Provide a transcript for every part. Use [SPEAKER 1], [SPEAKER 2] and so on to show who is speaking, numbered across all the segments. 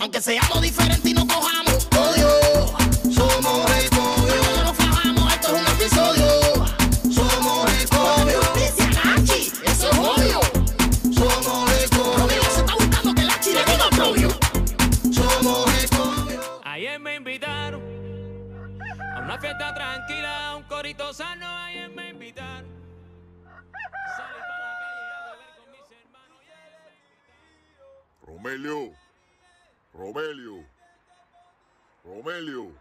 [SPEAKER 1] Aunque seamos diferentes y no cojamos odio, somos recogidos. No nos fajamos, esto es un episodio. Somos recogidos. Dice Nachi, eso es odio. Somos recogidos. Romeo se está buscando que la chile diga propio. Somos recogidos.
[SPEAKER 2] Ayer me invitaron a una fiesta tranquila, a un corito sano. Ayer me invitaron. Salí pa' la calle a beber con mis hermanos.
[SPEAKER 3] Romelio. Romelio. Romelio.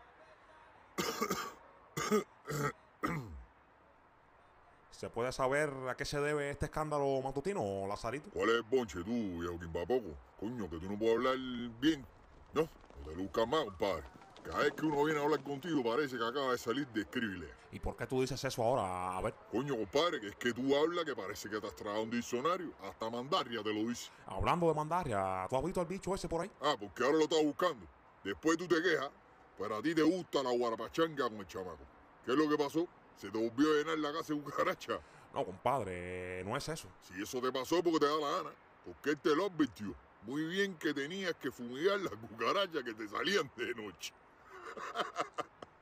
[SPEAKER 4] ¿Se puede saber a qué se debe este escándalo matutino, Lazarito?
[SPEAKER 3] ¿Cuál es el bonche tú, Yauquín Papoco? Coño, que tú no puedes hablar bien. No, no te luzcas más, compadre. Cada vez que uno viene a hablar contigo parece que acaba de salir de escribile.
[SPEAKER 4] ¿Y por qué tú dices eso ahora? A ver,
[SPEAKER 3] Coño, compadre, que es que tú hablas que parece que te has tragado un diccionario. Hasta Mandaria te lo dice.
[SPEAKER 4] hablando de Mandaria, ¿tú has visto al bicho ese por ahí?
[SPEAKER 3] Ah, porque ahora lo estás buscando. Después tú te quejas, pero a ti te gusta la guarapachanga con el chamaco. ¿Qué es lo que pasó? ¿Se te volvió a llenar la casa de cucaracha?
[SPEAKER 4] No, compadre, no es eso.
[SPEAKER 3] Si eso te pasó porque te da la gana, porque él te lo advirtió. Muy bien que tenías que fumigar las cucarachas que te salían de noche.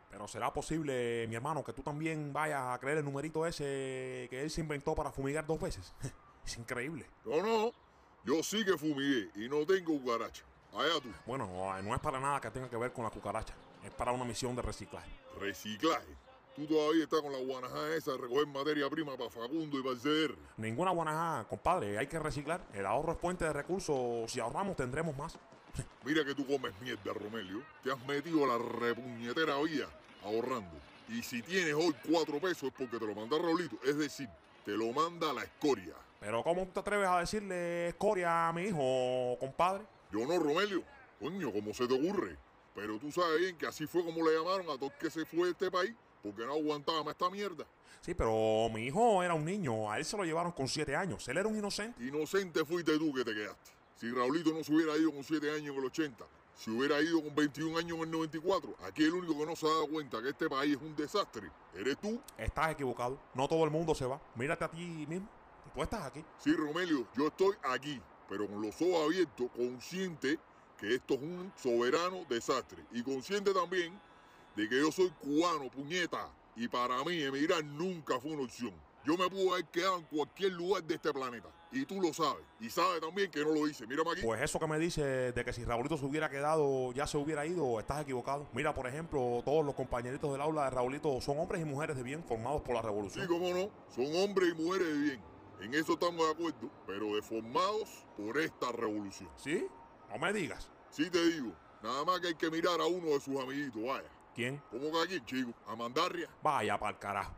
[SPEAKER 4] Pero será posible, mi hermano, que tú también vayas a creer el numerito ese que él se inventó para fumigar dos veces. es increíble.
[SPEAKER 3] No, no, yo sí que fumigué y no tengo cucaracha. Allá tú,
[SPEAKER 4] Bueno, eh, no, no es para nada que tenga que ver con la cucaracha. Es para una misión de reciclaje.
[SPEAKER 3] reciclaje. Tú todavía estás con la guanajá esa de recoger materia prima para Facundo y para el CR.
[SPEAKER 4] Ninguna guanajá, compadre, hay que reciclar. El ahorro es fuente de recursos. Si ahorramos, tendremos más.
[SPEAKER 3] Mira que tú comes mierda, Romelio. Te has metido a la repuñetera vía ahorrando. Y si tienes hoy cuatro pesos es porque te lo manda Raulito. Es decir, te lo manda la escoria.
[SPEAKER 4] Pero ¿cómo te atreves a decirle escoria a mi hijo, compadre?
[SPEAKER 3] Yo no, Romelio. Coño, ¿cómo se te ocurre? Pero tú sabes bien que así fue como le llamaron a todo el que se fue de este país porque no aguantaba más esta mierda.
[SPEAKER 4] Sí, pero mi hijo era un niño. A él se lo llevaron con siete años. Él era un inocente.
[SPEAKER 3] Inocente fuiste tú que te quedaste. Si Raulito no se hubiera ido con 7 años en el 80, si hubiera ido con 21 años en el 94, aquí el único que no se ha dado cuenta que este país es un desastre. ¿Eres tú?
[SPEAKER 4] Estás equivocado. No todo el mundo se va. Mírate a ti mismo. Tú estás aquí.
[SPEAKER 3] Sí, Romelio, yo estoy aquí, pero con los ojos abiertos, consciente que esto es un soberano desastre. Y consciente también de que yo soy cubano, puñeta. Y para mí emigrar nunca fue una opción. Yo me pude haber quedado en cualquier lugar de este planeta. Y tú lo sabes. Y sabes también que no lo hice. Mírame aquí.
[SPEAKER 4] Pues eso que me dices de que si Raulito se hubiera quedado, ya se hubiera ido, estás equivocado. Mira, por ejemplo, todos los compañeritos del aula de Raulito son hombres y mujeres de bien formados por la
[SPEAKER 3] Sí,
[SPEAKER 4] revolución.
[SPEAKER 3] cómo no. Son hombres y mujeres de bien. En eso estamos de acuerdo. Pero deformados por esta revolución.
[SPEAKER 4] ¿Sí? No me digas.
[SPEAKER 3] Sí te digo. Nada más que hay que mirar a uno de sus amiguitos. Vaya.
[SPEAKER 4] ¿Quién?
[SPEAKER 3] ¿Cómo que aquí, chico? A Mandarria.
[SPEAKER 4] Vaya pa'l carajo.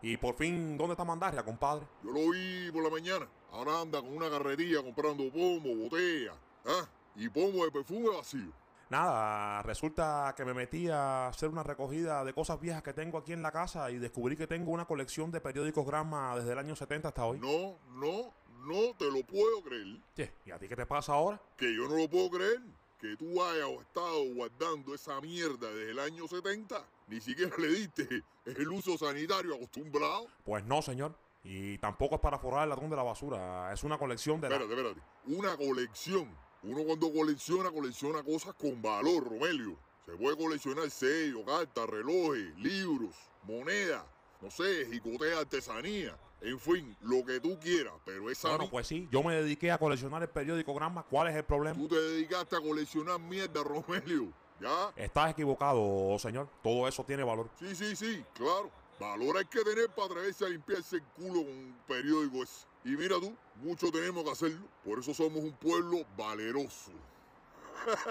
[SPEAKER 4] Y por fin, ¿dónde está Mandaria, compadre?
[SPEAKER 3] Yo lo vi por la mañana. Ahora anda con una carretilla comprando pomo, botella, ¿ah? y pomo de perfume vacío.
[SPEAKER 4] Nada, resulta que me metí a hacer una recogida de cosas viejas que tengo aquí en la casa y descubrí que tengo una colección de periódicos Gramma desde el año 70 hasta hoy.
[SPEAKER 3] No, no, no te lo puedo creer.
[SPEAKER 4] Che, ¿Y a ti qué te pasa ahora?
[SPEAKER 3] Que yo no lo puedo creer. Que tú hayas estado guardando esa mierda desde el año 70. Ni siquiera le diste el uso sanitario acostumbrado.
[SPEAKER 4] Pues no, señor. Y tampoco es para forrar el ladrón de la basura. Es una colección de... la-
[SPEAKER 3] Espérate, espérate. Una colección. Uno cuando colecciona, colecciona cosas con valor, Romelio. Se puede coleccionar sellos, cartas, relojes, libros, monedas, no sé, jicotea, artesanía. En fin, lo que tú quieras, pero esa
[SPEAKER 4] Bueno,
[SPEAKER 3] mi-
[SPEAKER 4] pues sí, yo me dediqué a coleccionar el periódico Gramma. ¿Cuál es el problema?
[SPEAKER 3] Tú te dedicaste a coleccionar mierda, Romelio. ¿Ya?
[SPEAKER 4] Estás equivocado, señor. Todo eso tiene valor.
[SPEAKER 3] Sí, sí, sí, claro. Valor hay que tener para atreverse a limpiarse el culo con un periódico ese. Y mira tú, mucho tenemos que hacerlo. Por eso somos un pueblo valeroso.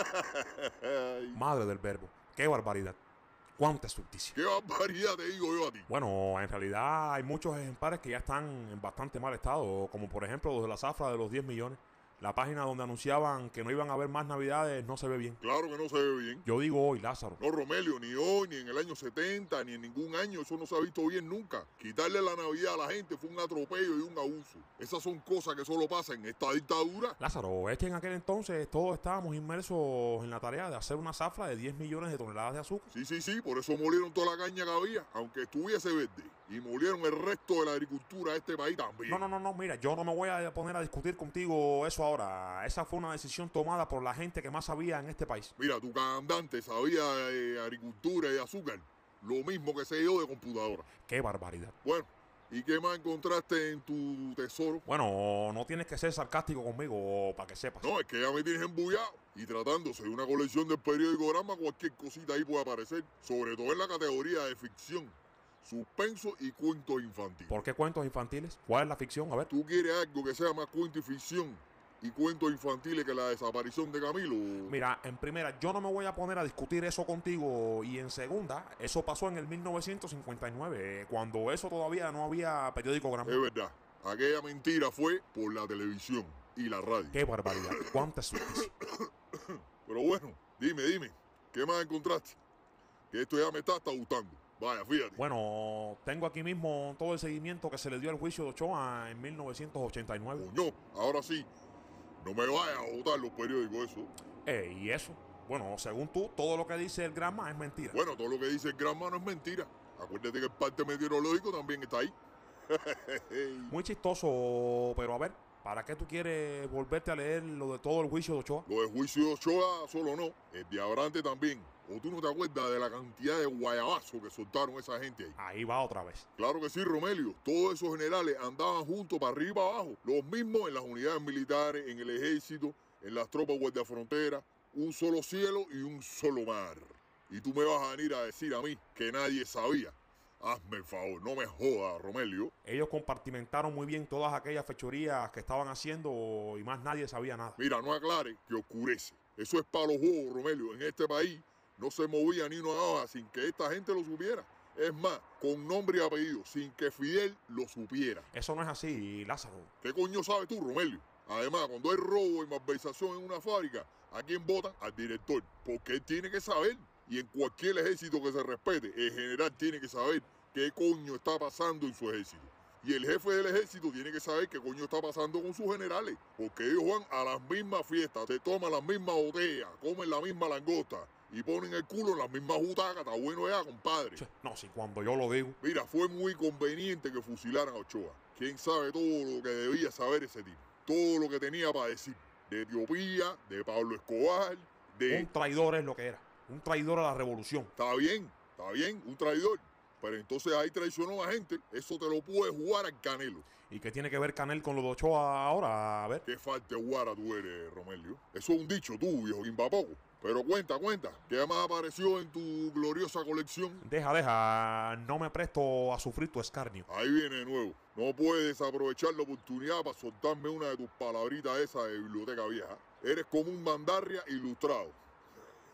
[SPEAKER 4] Madre del verbo. Qué barbaridad. Cuánta estulticia.
[SPEAKER 3] ¡Qué barbaridad te digo yo a ti!
[SPEAKER 4] Bueno, en realidad hay muchos ejemplares que ya están en bastante mal estado, como por ejemplo los de la zafra de los 10 millones. La página donde anunciaban que no iban a haber más navidades no se ve bien.
[SPEAKER 3] Claro que no se ve bien.
[SPEAKER 4] Yo digo hoy, Lázaro.
[SPEAKER 3] No, Romelio, ni hoy, ni en el año 70, ni en ningún año, eso no se ha visto bien nunca. Quitarle la Navidad a la gente fue un atropello y un abuso. Esas son cosas que solo pasan en esta dictadura.
[SPEAKER 4] Lázaro, es que en aquel entonces todos estábamos inmersos en la tarea de hacer una zafra de 10 millones de toneladas de azúcar.
[SPEAKER 3] Sí, sí, sí, por eso molieron toda la caña que había, aunque estuviese verde. y molieron el resto de la agricultura de este país también.
[SPEAKER 4] No, no, no, no, mira, yo no me voy a poner a discutir contigo eso ahora. Esa fue una decisión tomada por la gente que más sabía en este país.
[SPEAKER 3] Mira, tu cantante sabía de agricultura y de azúcar, lo mismo que sé yo de computadora.
[SPEAKER 4] Qué barbaridad.
[SPEAKER 3] Bueno, ¿y qué más encontraste en tu tesoro?
[SPEAKER 4] Bueno, no tienes que ser sarcástico conmigo para que sepas.
[SPEAKER 3] No, es que ya me tienes embullado. Y tratándose de una colección del periódico Grama, cualquier cosita ahí puede aparecer, sobre todo en la categoría de ficción, suspenso y cuento infantil.
[SPEAKER 4] ¿Por qué cuentos infantiles? ¿Cuál es la ficción? A ver.
[SPEAKER 3] ¿Tú quieres algo que sea más cuento y ficción y cuentos infantiles que la desaparición de Camilo?
[SPEAKER 4] Mira, en primera, yo no me voy a poner a discutir eso contigo. Y en segunda, eso pasó en el 1959, eh, cuando eso todavía no había periódico Gran
[SPEAKER 3] Es verdad, aquella mentira fue por la televisión y la radio.
[SPEAKER 4] Qué barbaridad. Cuántas suertes.
[SPEAKER 3] Pero bueno, dime, dime, ¿qué más encontraste? Que esto ya me está hasta gustando. Vaya, fíjate.
[SPEAKER 4] Bueno, tengo aquí mismo todo el seguimiento que se le dio al juicio de Ochoa en 1989.
[SPEAKER 3] Coño, ahora sí, no me vayas a botar los periódicos eso.
[SPEAKER 4] Eh, ¿Y eso? Bueno, según tú, todo lo que dice el Granma es mentira.
[SPEAKER 3] Bueno, todo lo que dice el gran mano es mentira. Acuérdate que el parte meteorológico también está ahí.
[SPEAKER 4] Muy chistoso, pero a ver, ¿para qué tú quieres volverte a leer lo de todo el juicio de Ochoa?
[SPEAKER 3] Lo de Pues juicio de Ochoa solo no, el de Abrante también. ¿O tú no te acuerdas de la cantidad de guayabazos que soltaron esa gente ahí?
[SPEAKER 4] Ahí va otra vez.
[SPEAKER 3] Claro que sí, Romelio. Todos esos generales andaban juntos para arriba y para abajo. Los mismos en las unidades militares, en el ejército, en las tropas guardia frontera. Un solo cielo y un solo mar. Y tú me vas a venir a decir a mí que nadie sabía. Hazme el favor, no me jodas, Romelio.
[SPEAKER 4] Ellos compartimentaron muy bien todas aquellas fechorías que estaban haciendo y más nadie sabía nada.
[SPEAKER 3] Mira, no aclare que oscurece. Eso es para los juegos, Romelio. En este país no se movía ni una hoja sin que esta gente lo supiera. Es más, con nombre y apellido, sin que Fidel lo supiera.
[SPEAKER 4] Eso no es así, Lázaro.
[SPEAKER 3] ¿Qué coño sabes tú, Romelio? Además, cuando hay robo y malversación en una fábrica, ¿a quién votan? Al director, porque él tiene que saber. Y en cualquier ejército que se respete, el general tiene que saber qué coño está pasando en su ejército. Y el jefe del ejército tiene que saber qué coño está pasando con sus generales, porque ellos van a las mismas fiestas, se toman las mismas botellas, comen la misma langosta y ponen el culo en las mismas butacas. Está bueno ya, compadre.
[SPEAKER 4] Che, No, si cuando yo lo digo.
[SPEAKER 3] Mira, fue muy conveniente que fusilaran a Ochoa. Quién sabe todo lo que debía saber ese tipo. Todo lo que tenía para decir. De Etiopía, de Pablo Escobar, de...
[SPEAKER 4] Un traidor es lo que era. Un traidor a la revolución.
[SPEAKER 3] Está bien, está bien, un traidor. Pero entonces ahí traicionó a gente. Eso te lo puede jugar al Canelo.
[SPEAKER 4] ¿Y qué tiene que ver Canel con lo de Ochoa ahora? A ver.
[SPEAKER 3] Qué falta de guara tú eres, Romelio. Eso es un dicho tú, viejo Gimbapoco. Pero cuenta, cuenta. ¿Qué más apareció en tu gloriosa colección?
[SPEAKER 4] Deja, deja. No me presto a sufrir tu escarnio.
[SPEAKER 3] Ahí viene de nuevo. No puedes aprovechar la oportunidad para soltarme una de tus palabritas esas de biblioteca vieja. Eres como un mandarria ilustrado.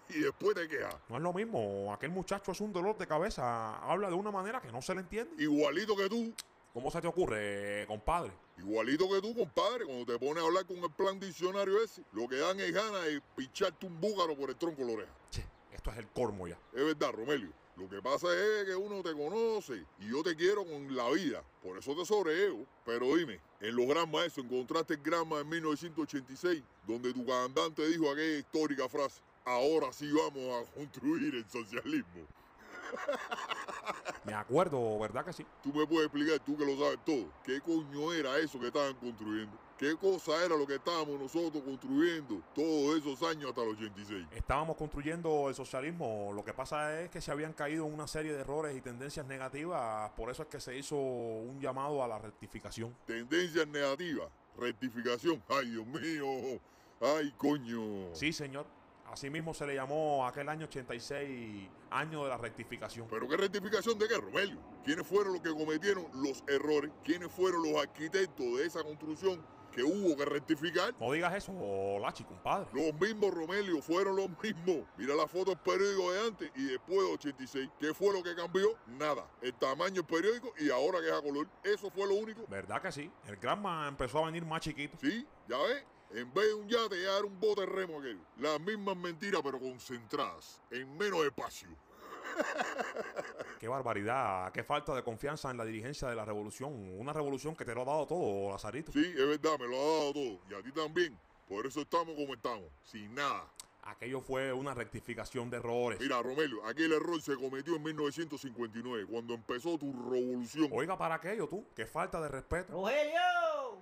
[SPEAKER 3] Y después te quejas.
[SPEAKER 4] No es lo mismo. Aquel muchacho es un dolor de cabeza. Habla de una manera que no se le entiende.
[SPEAKER 3] Igualito que tú.
[SPEAKER 4] ¿Cómo se te ocurre, compadre?
[SPEAKER 3] Igualito que tú, compadre. Cuando te pones a hablar con el plan diccionario ese, lo que dan es ganas de picharte un búcaro por el tronco de la oreja.
[SPEAKER 4] Che, esto es el cormo ya.
[SPEAKER 3] Es verdad, Romelio. Lo que pasa es que uno te conoce y yo te quiero con la vida. Por eso te sobreo. Pero dime, en los gramas eso, encontraste el grama en 1986, donde tu cantante dijo aquella histórica frase, ahora sí vamos a construir el socialismo.
[SPEAKER 4] Me acuerdo, ¿verdad que sí?
[SPEAKER 3] Tú me puedes explicar, tú que lo sabes todo, qué coño era eso que estaban construyendo. ¿Qué cosa era lo que estábamos nosotros construyendo todos esos años hasta el 86?
[SPEAKER 4] Estábamos construyendo el socialismo. Lo que pasa es que se habían caído en una serie de errores y tendencias negativas. Por eso es que se hizo un llamado a la rectificación.
[SPEAKER 3] Tendencias negativas, rectificación. Ay, Dios mío. Ay, coño.
[SPEAKER 4] Sí, señor. Asimismo se le llamó aquel año 86 año de la rectificación.
[SPEAKER 3] Pero qué rectificación de qué, Romelio. ¿Quiénes fueron los que cometieron los errores? ¿Quiénes fueron los arquitectos de esa construcción que hubo que rectificar?
[SPEAKER 4] No digas eso, Lachi, compadre.
[SPEAKER 3] Los mismos, Romelio, fueron los mismos. Mira la foto del periódico de antes y después de 86. ¿Qué fue lo que cambió? Nada. El tamaño del periódico y ahora que es a color. Eso fue lo único.
[SPEAKER 4] ¿Verdad que sí? El Granma empezó a venir más chiquito.
[SPEAKER 3] ¿Sí? ¿Ya ves? En vez de un yate, ya era un bote de remo aquello. Las mismas mentiras, pero concentradas, en menos espacio.
[SPEAKER 4] Qué barbaridad, qué falta de confianza en la dirigencia de la revolución. Una revolución que te lo ha dado todo, Lazarito.
[SPEAKER 3] Sí, es verdad, me lo ha dado todo. Y a ti también. Por eso estamos como estamos, sin nada.
[SPEAKER 4] Aquello fue una rectificación de errores.
[SPEAKER 3] Mira, Romelio, aquel error se cometió en 1959, cuando empezó tu revolución.
[SPEAKER 4] Oiga, para aquello tú, qué falta de respeto.
[SPEAKER 5] Rogelio,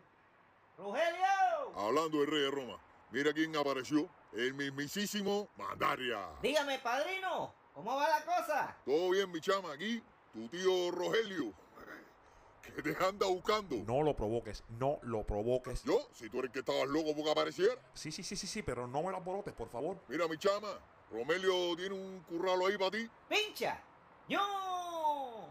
[SPEAKER 5] Rogelio,
[SPEAKER 3] Hablando del rey de Roma, mira quién apareció, el mismísimo Mandaria.
[SPEAKER 5] dígame padrino, ¿cómo va la cosa?
[SPEAKER 3] ¿Todo bien, mi chama? Aquí, tu tío Rogelio, que te anda buscando.
[SPEAKER 4] No lo provoques, no lo provoques.
[SPEAKER 3] Yo, si tú eres el que estabas loco porque apareciera.
[SPEAKER 4] Sí, sí, sí, sí, sí, pero no me lo borotes, por favor.
[SPEAKER 3] Mira, mi chama, Romelio tiene un curralo ahí para ti.
[SPEAKER 5] Pincha, yo,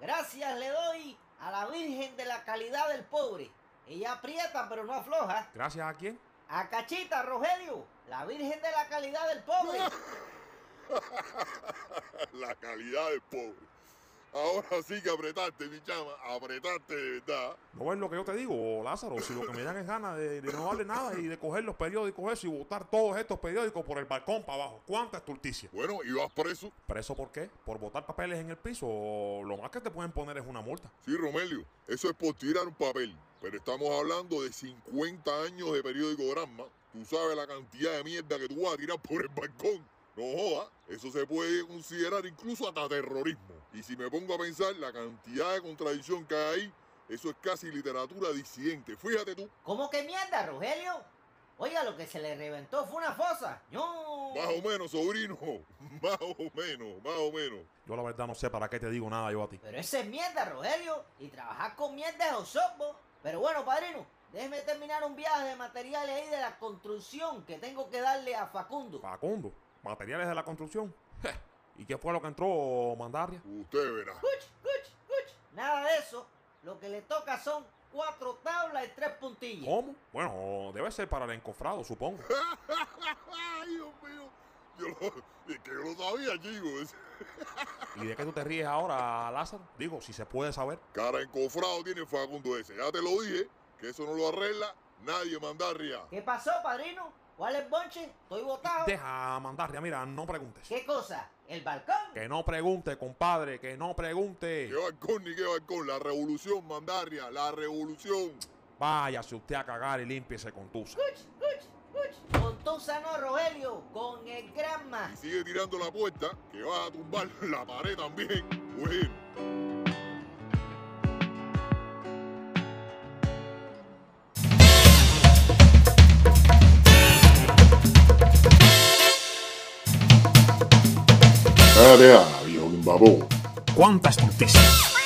[SPEAKER 5] gracias le doy a la Virgen de la Calidad del Pobre. Ella aprieta pero no afloja.
[SPEAKER 4] Gracias a quién.
[SPEAKER 5] A cachita, Rogelio, la Virgen de la Calidad del Pobre.
[SPEAKER 3] La calidad del pobre. Ahora sí que apretaste, mi chama, apretaste de verdad.
[SPEAKER 4] ¿No es lo que yo te digo, Lázaro? Si lo que me dan es ganas de, de no darle nada y de coger los periódicos eso y botar todos estos periódicos por el balcón para abajo. ¿Cuánta estulticia?
[SPEAKER 3] Bueno, y vas preso.
[SPEAKER 4] ¿Preso por qué? ¿Por botar papeles en el piso? Lo más que te pueden poner es una multa.
[SPEAKER 3] Sí, Romelio, eso es por tirar un papel. Pero estamos hablando de 50 años de periódico Granma. Tú sabes la cantidad de mierda que tú vas a tirar por el balcón. No joda, eso se puede considerar incluso hasta terrorismo. Y si me pongo a pensar la cantidad de contradicción que hay ahí, eso es casi literatura disidente. Fíjate tú,
[SPEAKER 5] ¿Cómo que mierda, Rogelio? Oiga, lo que se le reventó fue una fosa. Yo.
[SPEAKER 3] más o menos, sobrino. Más o menos, más o menos.
[SPEAKER 4] Yo la verdad no sé para qué te digo nada yo a ti.
[SPEAKER 5] Pero esa es mierda, Rogelio. Y trabajar con mierda es osopo. Pero bueno, padrino, déjeme terminar un viaje de materiales ahí de la construcción que tengo que darle a Facundo.
[SPEAKER 4] Facundo, materiales de la construcción. Je, ¿Y qué fue lo que entró Mandaria?
[SPEAKER 3] Usted verá.
[SPEAKER 5] Cuch, cuch, cuch. Nada de eso. Lo que le toca son cuatro tablas y tres puntillas.
[SPEAKER 4] ¿Cómo? Bueno, debe ser para el encofrado, supongo.
[SPEAKER 3] Ay, Dios mío. Yo lo, es que yo lo sabía, chicos.
[SPEAKER 4] ¿Y de qué tú te ríes ahora, Lázaro? Digo, si se puede saber.
[SPEAKER 3] Cara encofrado tiene Facundo ese. Ya te lo dije, que eso no lo arregla nadie mandarria.
[SPEAKER 5] ¿Qué pasó, padrino? ¿Cuál es bonche? Estoy botado.
[SPEAKER 4] Deja a Mandaria, mira, no preguntes.
[SPEAKER 5] ¿Qué cosa? ¿El balcón?
[SPEAKER 4] Que no pregunte, compadre, que no pregunte.
[SPEAKER 3] ¿Qué balcón ni qué balcón? La revolución mandarria, la revolución.
[SPEAKER 4] Váyase usted a cagar y límpiese con tusa.
[SPEAKER 5] Cuch, cuch, cuch. Con tu sano, Rogelio. Con el granma.
[SPEAKER 3] Y sigue tirando la puerta, que vas a tumbar la pared también. Bueno. Dale a viejo babón. ah,
[SPEAKER 6] ¿Cuántas noticias?